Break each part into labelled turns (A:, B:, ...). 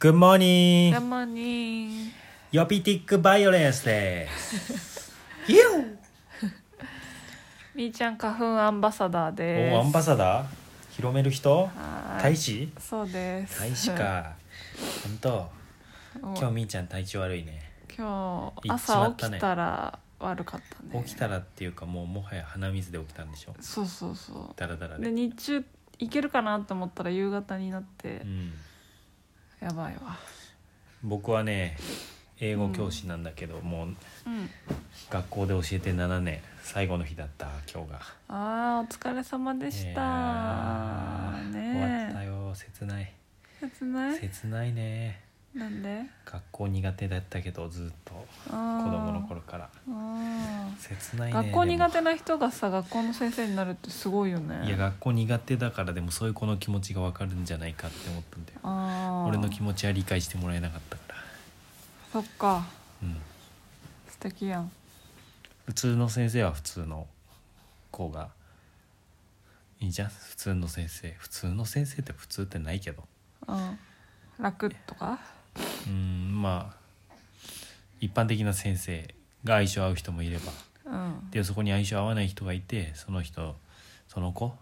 A: Good morning!
B: たまに
A: ヨピティックバイオレンスです。イエ
B: みーちゃん花粉アンバサダー
A: オーお
B: で
A: アンバサダー広める人
B: はーい
A: 大使
B: すそうです
A: 大使 か。本当
B: もう
A: 今日みーちゃん体調悪いね。
B: 今日
A: 行っちま
B: 朝
A: っ
B: 起
A: たね
B: きたら悪かったね
A: 起きたらっていうかもうもはや鼻水で起きたんでしょ。
B: そうそうそ
A: ダラダラ
B: うで
A: で。
B: 日中行けるかなと思ったら夕方になって
A: うん、
B: やばいわ
A: 僕はね、英語教師なんだけど、もう
B: うん
A: 学校で教えて7年、最後の日だった、今日が。
B: あーお疲れ様でし
A: いやー
B: た
A: 終わった
B: ね
A: よ、切ない。
B: え切ない
A: 切ないね。
B: なんで
A: 学校苦手だったけどずっと
B: 子
A: 子供の頃から切ないね
B: 学校苦
A: で
B: 手な人がさ学校の先生になるってすごいよね
A: もいや学校苦手だからでもそういう子の気持ちが分かるんじゃないかって思ったんだよ
B: あー
A: 俺の気持ちは理解してもらえなかったから
B: そっか
A: うん
B: 素敵やん
A: 普通の先生は普通の子がいいじゃん普通の先生普通の先生って普通ってないけど
B: うん楽とか
A: うんまあ一般的な先生が相性合う人もいれば
B: うん
A: でそこに相性合わない人がいてその人その子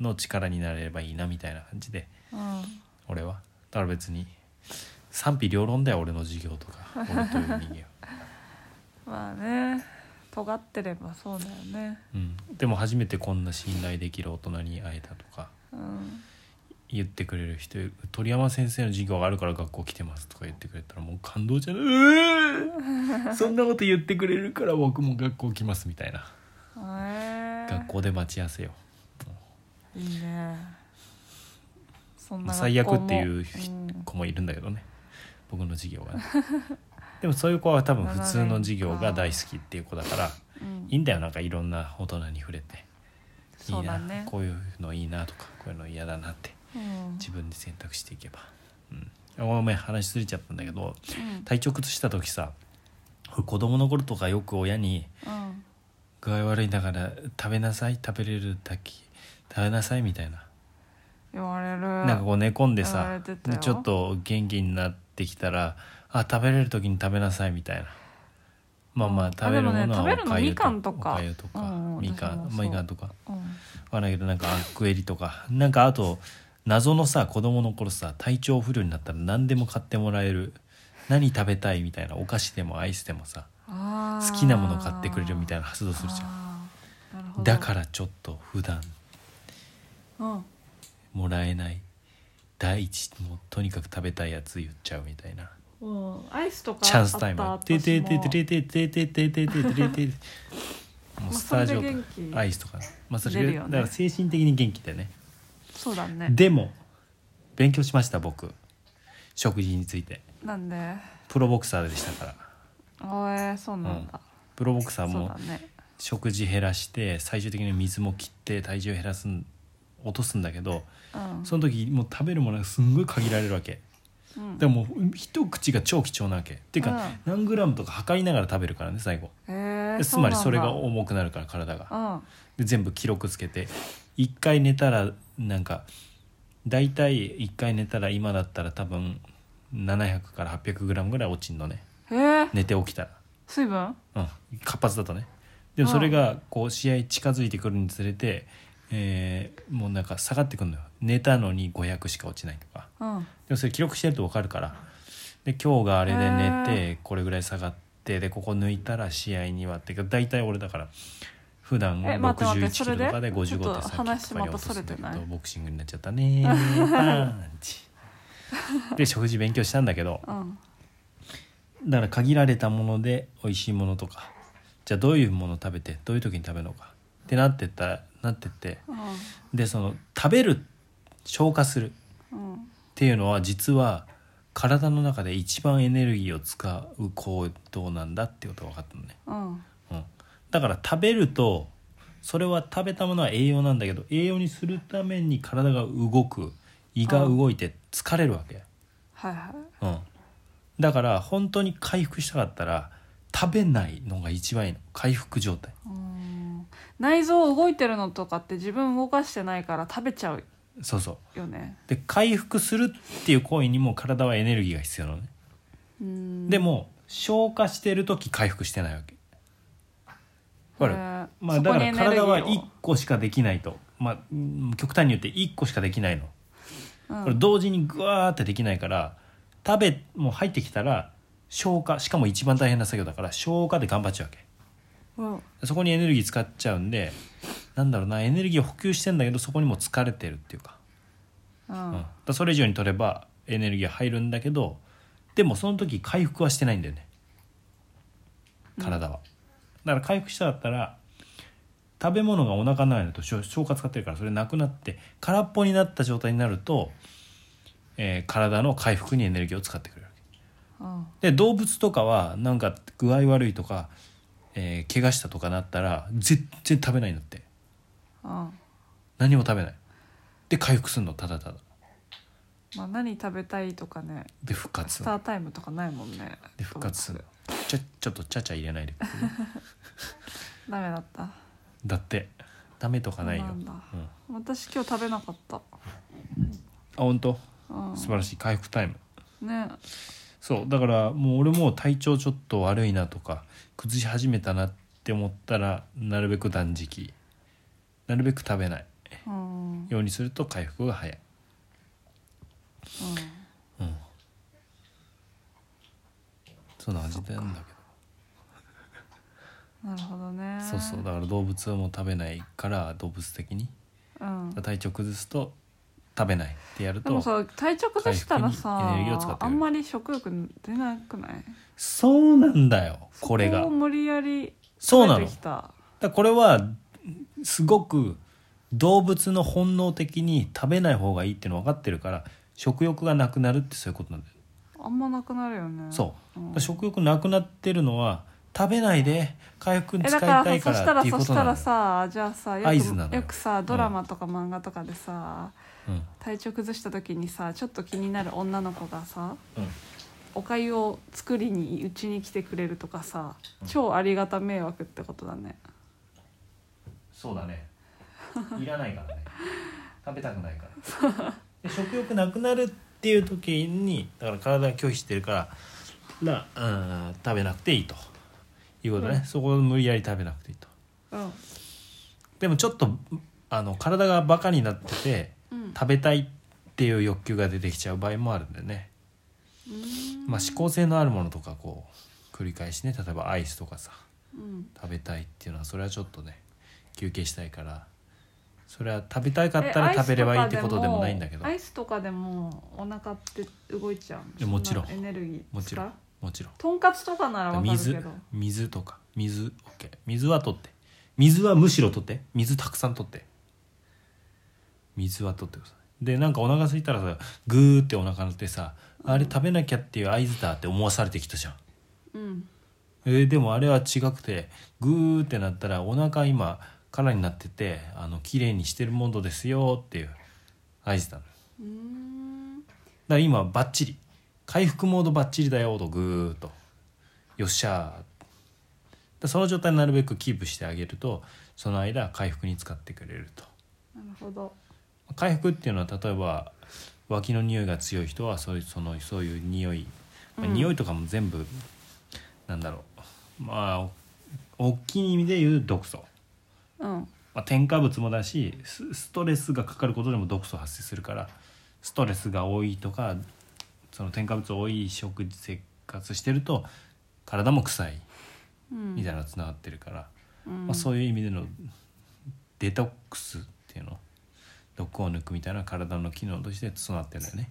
A: の力になれればいいなみたいな感じで
B: うん
A: 俺はだから別に賛否両論だよ俺の授業とか俺という人間は、
B: まあね尖ってればそうだよね
A: うん、でも初めてこんな信頼できる大人に会えたとか
B: うん
A: 言ってくれる人鳥山先生の授業があるから学校来てますとか言ってくれたらもう感動じゃないうーそんなこと言ってくれるから僕も学校来ますみたいな
B: へえ
A: 学校で待ち合わせよ
B: いいねそん
A: ま
B: な
A: あ最悪っていう
B: 学校も
A: 子もいるんだけどね僕の授業がね でもそういう子は多分普通の授業が大好きっていう子だから
B: うんうん
A: いいんだよなんかいろんな大人に触れていい
B: そう
A: な
B: だね
A: こういうのいいなとかこういうの嫌だなって
B: うん
A: 自分で選択していけば、うん、あごめん話ずれちゃったんだけど
B: うん
A: 体調崩した時さ俺子供の頃とかよく親に
B: うん
A: 「具合悪いんだから食べなさい食べれるだけ食べなさい」みたいな
B: 言われる
A: なんかこう寝込んで
B: 言わ
A: さ
B: れてたよ
A: ちょっと元気になってきたらあ食べれる時に食べなさいみたいなまあまあ食べるものは
B: あ
A: お
B: でもね食べるの
A: かゆ
B: みかんとか
A: おかゆとか、
B: うんうん
A: みか
B: 私も
A: ん
B: そう
A: まあみかんとか
B: うん
A: わかんないけどなんかアクエリとかなんかあと謎のさ子供の頃さ体調不良になったら何でも買ってもらえる何食べたいみたいなお菓子でもアイスでもさ
B: あー
A: 好きなもの買ってくれるみたいな発動するじゃ
B: あーなるほ
A: ん
B: ど
A: だからちょっと普段
B: うん
A: もらえない第一もうとにかく食べたいやつ言っちゃうみたいな
B: うんアイスとか
A: チャンスタイム
B: あ
A: あ
B: っ
A: ったてて
B: 私
A: て
B: も
A: ててててててててててもうスタジオとかアイスとかまあそ
B: 出
A: れ
B: る
A: だ
B: よね
A: から精神的に元気でね
B: そうだね
A: でも勉強しました僕食事について
B: なんで
A: プロボクサーでしたから
B: おえそうなんだ、
A: プロボクサー
B: そう
A: も
B: だね
A: 食事減らして最終的に水も切って体重減らすん落とすんだけど
B: うん
A: その時もう食べるものがすんごい限られるわけ
B: うん
A: でももう一口が超貴重なわけっていうか、何グラムとか測りながら食べるからね最後
B: え
A: で
B: ー、
A: つまりそれが
B: う
A: 重くなるから体が
B: なんだ
A: で全部記録つけて1回寝たらなんか大体1回寝たら今だったら多分700から 800g ぐらい落ちんのね
B: うんえー、
A: 寝て起きた
B: 水分
A: ら、うん、活発だとねでもそれがこう試合近づいてくるにつれて、えーもうなんか下がってくるのよ寝たのに500しか落ちないとか
B: うん
A: でもそれ記録してると分かるからで今日があれで寝てこれぐらい下がってでここ抜いたら試合にはっていうか大体俺だから普段
B: え待って待って
A: 61キロとかで
B: それでちょっと
A: 55.3キロとか
B: 話
A: に
B: ま
A: 落
B: た
A: と
B: そ
A: す
B: れ
A: んだ
B: て
A: け
B: ない
A: どボクシングになっちゃったねパンチで食事勉強したんだけど
B: うん
A: だから限られたもので美味しいものとかじゃあどういうもの食べてどういう時に食べるのかってなってったなってって
B: う
A: でその食べる消化する
B: んうん
A: っていうのは実は体の中で一番エネルギーを使う行動なんだってことが分かったのね、
B: うん
A: うん、だから食べるとそれは食べたものは栄養なんだけど栄養にするために体が動く胃が動いて疲れるわけ、
B: はいはい
A: うん、だから本当に回復したかったら食べないのが一番いいの回復状態
B: うん内臓動いてるのとかって自分動かしてないから食べちゃう
A: そうそう
B: よね
A: で回復するっていう行為にも体はエネルギーが必要なのね、
B: うん
A: でも消化してる時回復してないわけわかる
B: へえ
A: まあ、
B: そ
A: だ
B: こ
A: か
B: にエ
A: ら
B: ネルギ
A: 体
B: ーを
A: は1個しかできないと、まあうん、極端に言って1個しかできないの、
B: うん
A: これ同時にグワーってできないから食べもう入ってきたら消化しかも一番大変な作業だから消化で頑張っちゃうわけ
B: うん
A: そこにエネルギー使っちゃうんでなんだろうなエネルギーを補給してんだけどそこにも疲れてるっていうか,、
B: う
A: うんん、だからそれ以上に取ればエネルギー入るんだけどでもその時回復はしてないんだよね体は、だから回復したかったら食べ物がお腹の中にあると消消化使ってるからそれなくなって空っぽになった状態になると、えー体の回復にエネルギーを使ってくれるわけ
B: う
A: で
B: ん
A: 動物とかはなんか具合悪いとか、えー怪我したとかなったら全然食べないんだって
B: うん
A: 何も食べないで回復するのただただ
B: まあ何食べたいとかね
A: で復活す
B: ス
A: るの
B: タータイムとかないもんね
A: で復活するのちょちょっとちゃちゃ入れないでくれる
B: ダメだった
A: だってダメとかないよ、、
B: そううんんだ
A: あ
B: 私今日食べなかった
A: 本当
B: うん
A: 素晴らしい回復タイム
B: ね
A: そうだからもう俺も体調ちょっと悪いなとか崩し始めたなって思ったらなるべく断食なるべく食べない
B: うんうん
A: ようにすると回復が早いうんそんな感じなんだけ
B: なるほどね
A: どそうそうだから動物はもう食べないから動物的に
B: うん
A: 体調崩すと食べないってやる
B: で
A: と
B: もさ体調崩したら
A: 回復にエネルギーを使って
B: さ
A: くれ
B: あ
A: る
B: んまり食欲出なくない
A: そうなんだよこれが
B: そを無理やり
A: そうなの
B: 食べてきた
A: だからこれはすごく動物の本能的に食べない方がいいっていうの分かってるから食欲がなくなるってそういうことなんだよ、
B: あんまなくなるよね、
A: そう
B: ん
A: う食欲なくなってるのは食べないで回復に
B: え
A: 使
B: だ
A: い
B: から
A: たい
B: さ
A: か
B: そし
A: ら
B: た
A: っ
B: ら
A: ていう
B: そ
A: こ
B: し
A: と
B: た
A: なんだ
B: ら
A: よ
B: さじゃあさ
A: 合
B: よ
A: 図なの
B: く
A: よ
B: よくさドラマとか漫画とかで
A: う
B: さ、
A: ん
B: 体調崩した時にさちょっと気になる女の子がさ
A: うん
B: おかゆを作りにうちに来てくれるとかさ
A: うん
B: 超ありがた迷惑ってことだね
A: そうだねいらない からね食べたくないからで食欲なくなるっていう時にだから体が拒否してるからなうん食べなくていいということね、
B: うん
A: そこを無理やり食べなくていいと
B: うん
A: でもちょっとあの体がバカになってて
B: うん
A: 食べたいっていう欲求が出てきちゃう場合もあるんでね、まあ、思考性のあるものとかこう繰り返しね例えばアイスとかさ
B: うん
A: 食べたいっていうのはそれはちょっとね休憩したいからそれは食べたかっ
B: え
A: た
B: ア
A: ら
B: イス
A: 食べればいいって
B: と
A: こ
B: か
A: とでもないんだけど
B: アイスとかでもお腹って動いちゃう
A: えもちろん
B: そなエネルギー
A: もちろん
B: 使う
A: もちろん
B: とんかつとかならわかる
A: 水
B: けど
A: 水とか水 OK 水は取って水はむしろ取って水たくさん取って水は取ってくださいでなんかお腹空いたらさグーってお腹鳴ってさあれ食べなきゃっていう合図だって思わされてきたじゃん
B: うん
A: えーでもあれは違くてグーってなったらお腹今空になっててあの綺麗にしてるものですよっていう合図なのだか
B: うーん
A: ら今バッチリ回復モードバッチリだよとグーっとよっしゃーだその状態なるべくキープしてあげるとその間回復に使ってくれると
B: なるほど
A: 回復っていうのは例えば脇の匂いが強い人はそういうそのそういう匂い、まあ、
B: うん
A: 匂いとかも全部、なんだろうまあお大きい意味で言う毒素、
B: うん
A: まあ、添加物もだしスストレスがかかることでも毒素発生するからストレスが多いとかその添加物多い食事生活してると体も臭い
B: うん
A: みたいなのがつながってるから、
B: うん
A: まあ、そういう意味でのデトックスっていうの毒を抜くみたいな体の機能として備わってるんだよね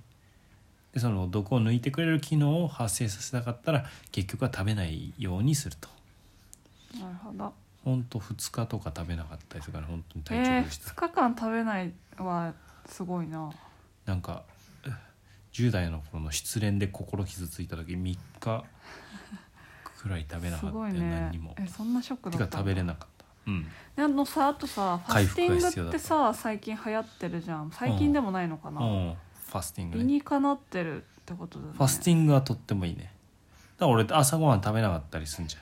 A: でその毒を抜いてくれる機能を発生させなかったら結局は食べないようにすると
B: なるほど
A: ほんと2日とか食べなかったりするから本当に体調
B: えー、
A: 崩した
B: 2日間食べないはすごいな
A: なんかえー10代の頃の失恋で心傷ついた時3日くらい食べな
B: す
A: かったよ
B: ごいね
A: 何にも
B: えそんなショック
A: て
B: だ
A: か
B: った
A: 食べれなかったうん
B: あのさあとさファ
A: 回
B: ステ
A: 復
B: ィ
A: が
B: ン
A: 必要
B: グ
A: だ
B: っ
A: と
B: てさ最近流行ってるじゃん最近でもないのかな、
A: うんファスティング
B: 理
A: ね
B: にかなってるってことだね
A: ファスティングはとってもいいねだから俺朝ごはん食べなかったりすんじ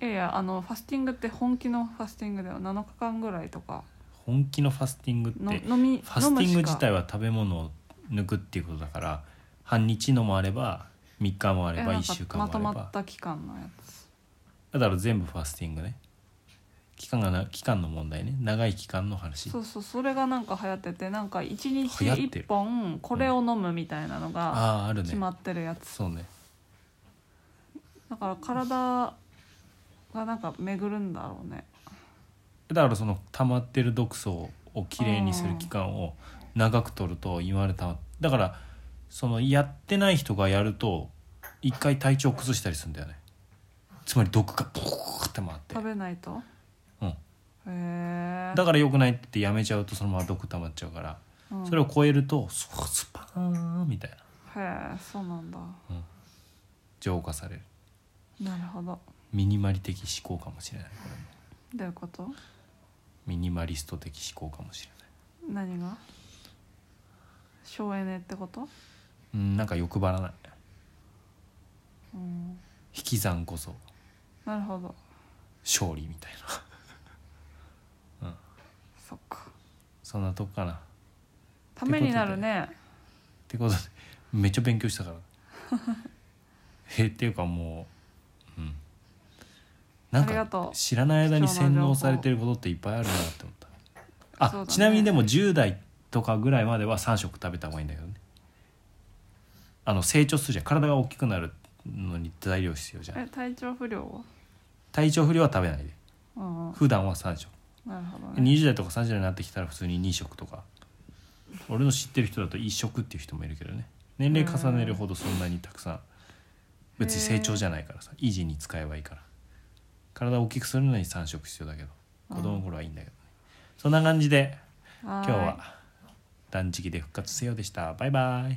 A: ゃん
B: いやいやあのファスティングって本気のファスティングだよ7日間ぐらいとか
A: 本気のファスティングって
B: の飲み
A: ファスティング自体
B: は
A: は食べ物を抜くっていうことだから半日のもあれば3日もあれば1週間もあ
B: ま
A: れ
B: と
A: ば、
B: まった期間のやつ
A: だから全部ファスティングね期間がな期間の問題ね長い期間の話
B: そうそうそれがなんか流行っててなんか一日
A: 流行ってる
B: 一本これを飲むみたいなのが
A: あああるね
B: 決まってるやつ
A: そうね
B: だから体がなんか巡るんだろうね
A: だからその溜まってる毒素をきれいにする期間を長く取ると今までたまだからそのやってない人がやると一回体調崩したりするんだよねつまり毒がボーって回
B: 食
A: って、
B: べないと
A: うん、
B: へえ
A: だから良くないって言ってやめちゃうとそのまま毒溜まっちゃうから
B: うん
A: それを超えるとスパスパーンみたいな
B: へえそうなんだ
A: 浄化される
B: なるほど
A: ミニマリ的思考かもしれないこれも
B: どういうこと
A: ミニマリスト的思考かもしれない
B: 何が省エネってこと
A: うんなんか欲張らない
B: うん
A: 引き算こそ
B: なるほど
A: 勝利みたいな
B: そっか
A: そんなとこかなった
B: めになるね
A: てことでめっちゃ勉強したから えっていうかもううんなん
B: ありがと
A: か
B: う
A: 知らない間に洗脳されてることっていっぱいあるなって思ったあ、
B: そうだね
A: ちなみにでも10代とかぐらいまでは3食食べた方がいいんだけどねあの成長するじゃん体が大きくなるのに材料必要じゃん
B: え体調不良は
A: 体調不良は食べないで
B: うん
A: 普段は3食
B: なるほどね
A: 20代とか30代になってきたら普通に2食とか俺の知ってる人だと1食っていう人もいるけどね年齢重ねるほどそんなにたくさん別に成長じゃないからさ維持に使えばいいから体を大きくするのに3食必要だけど子供の頃はいいんだけどねそんな感じで
B: 今
A: 今日は断食で復活せよでしたバイバイ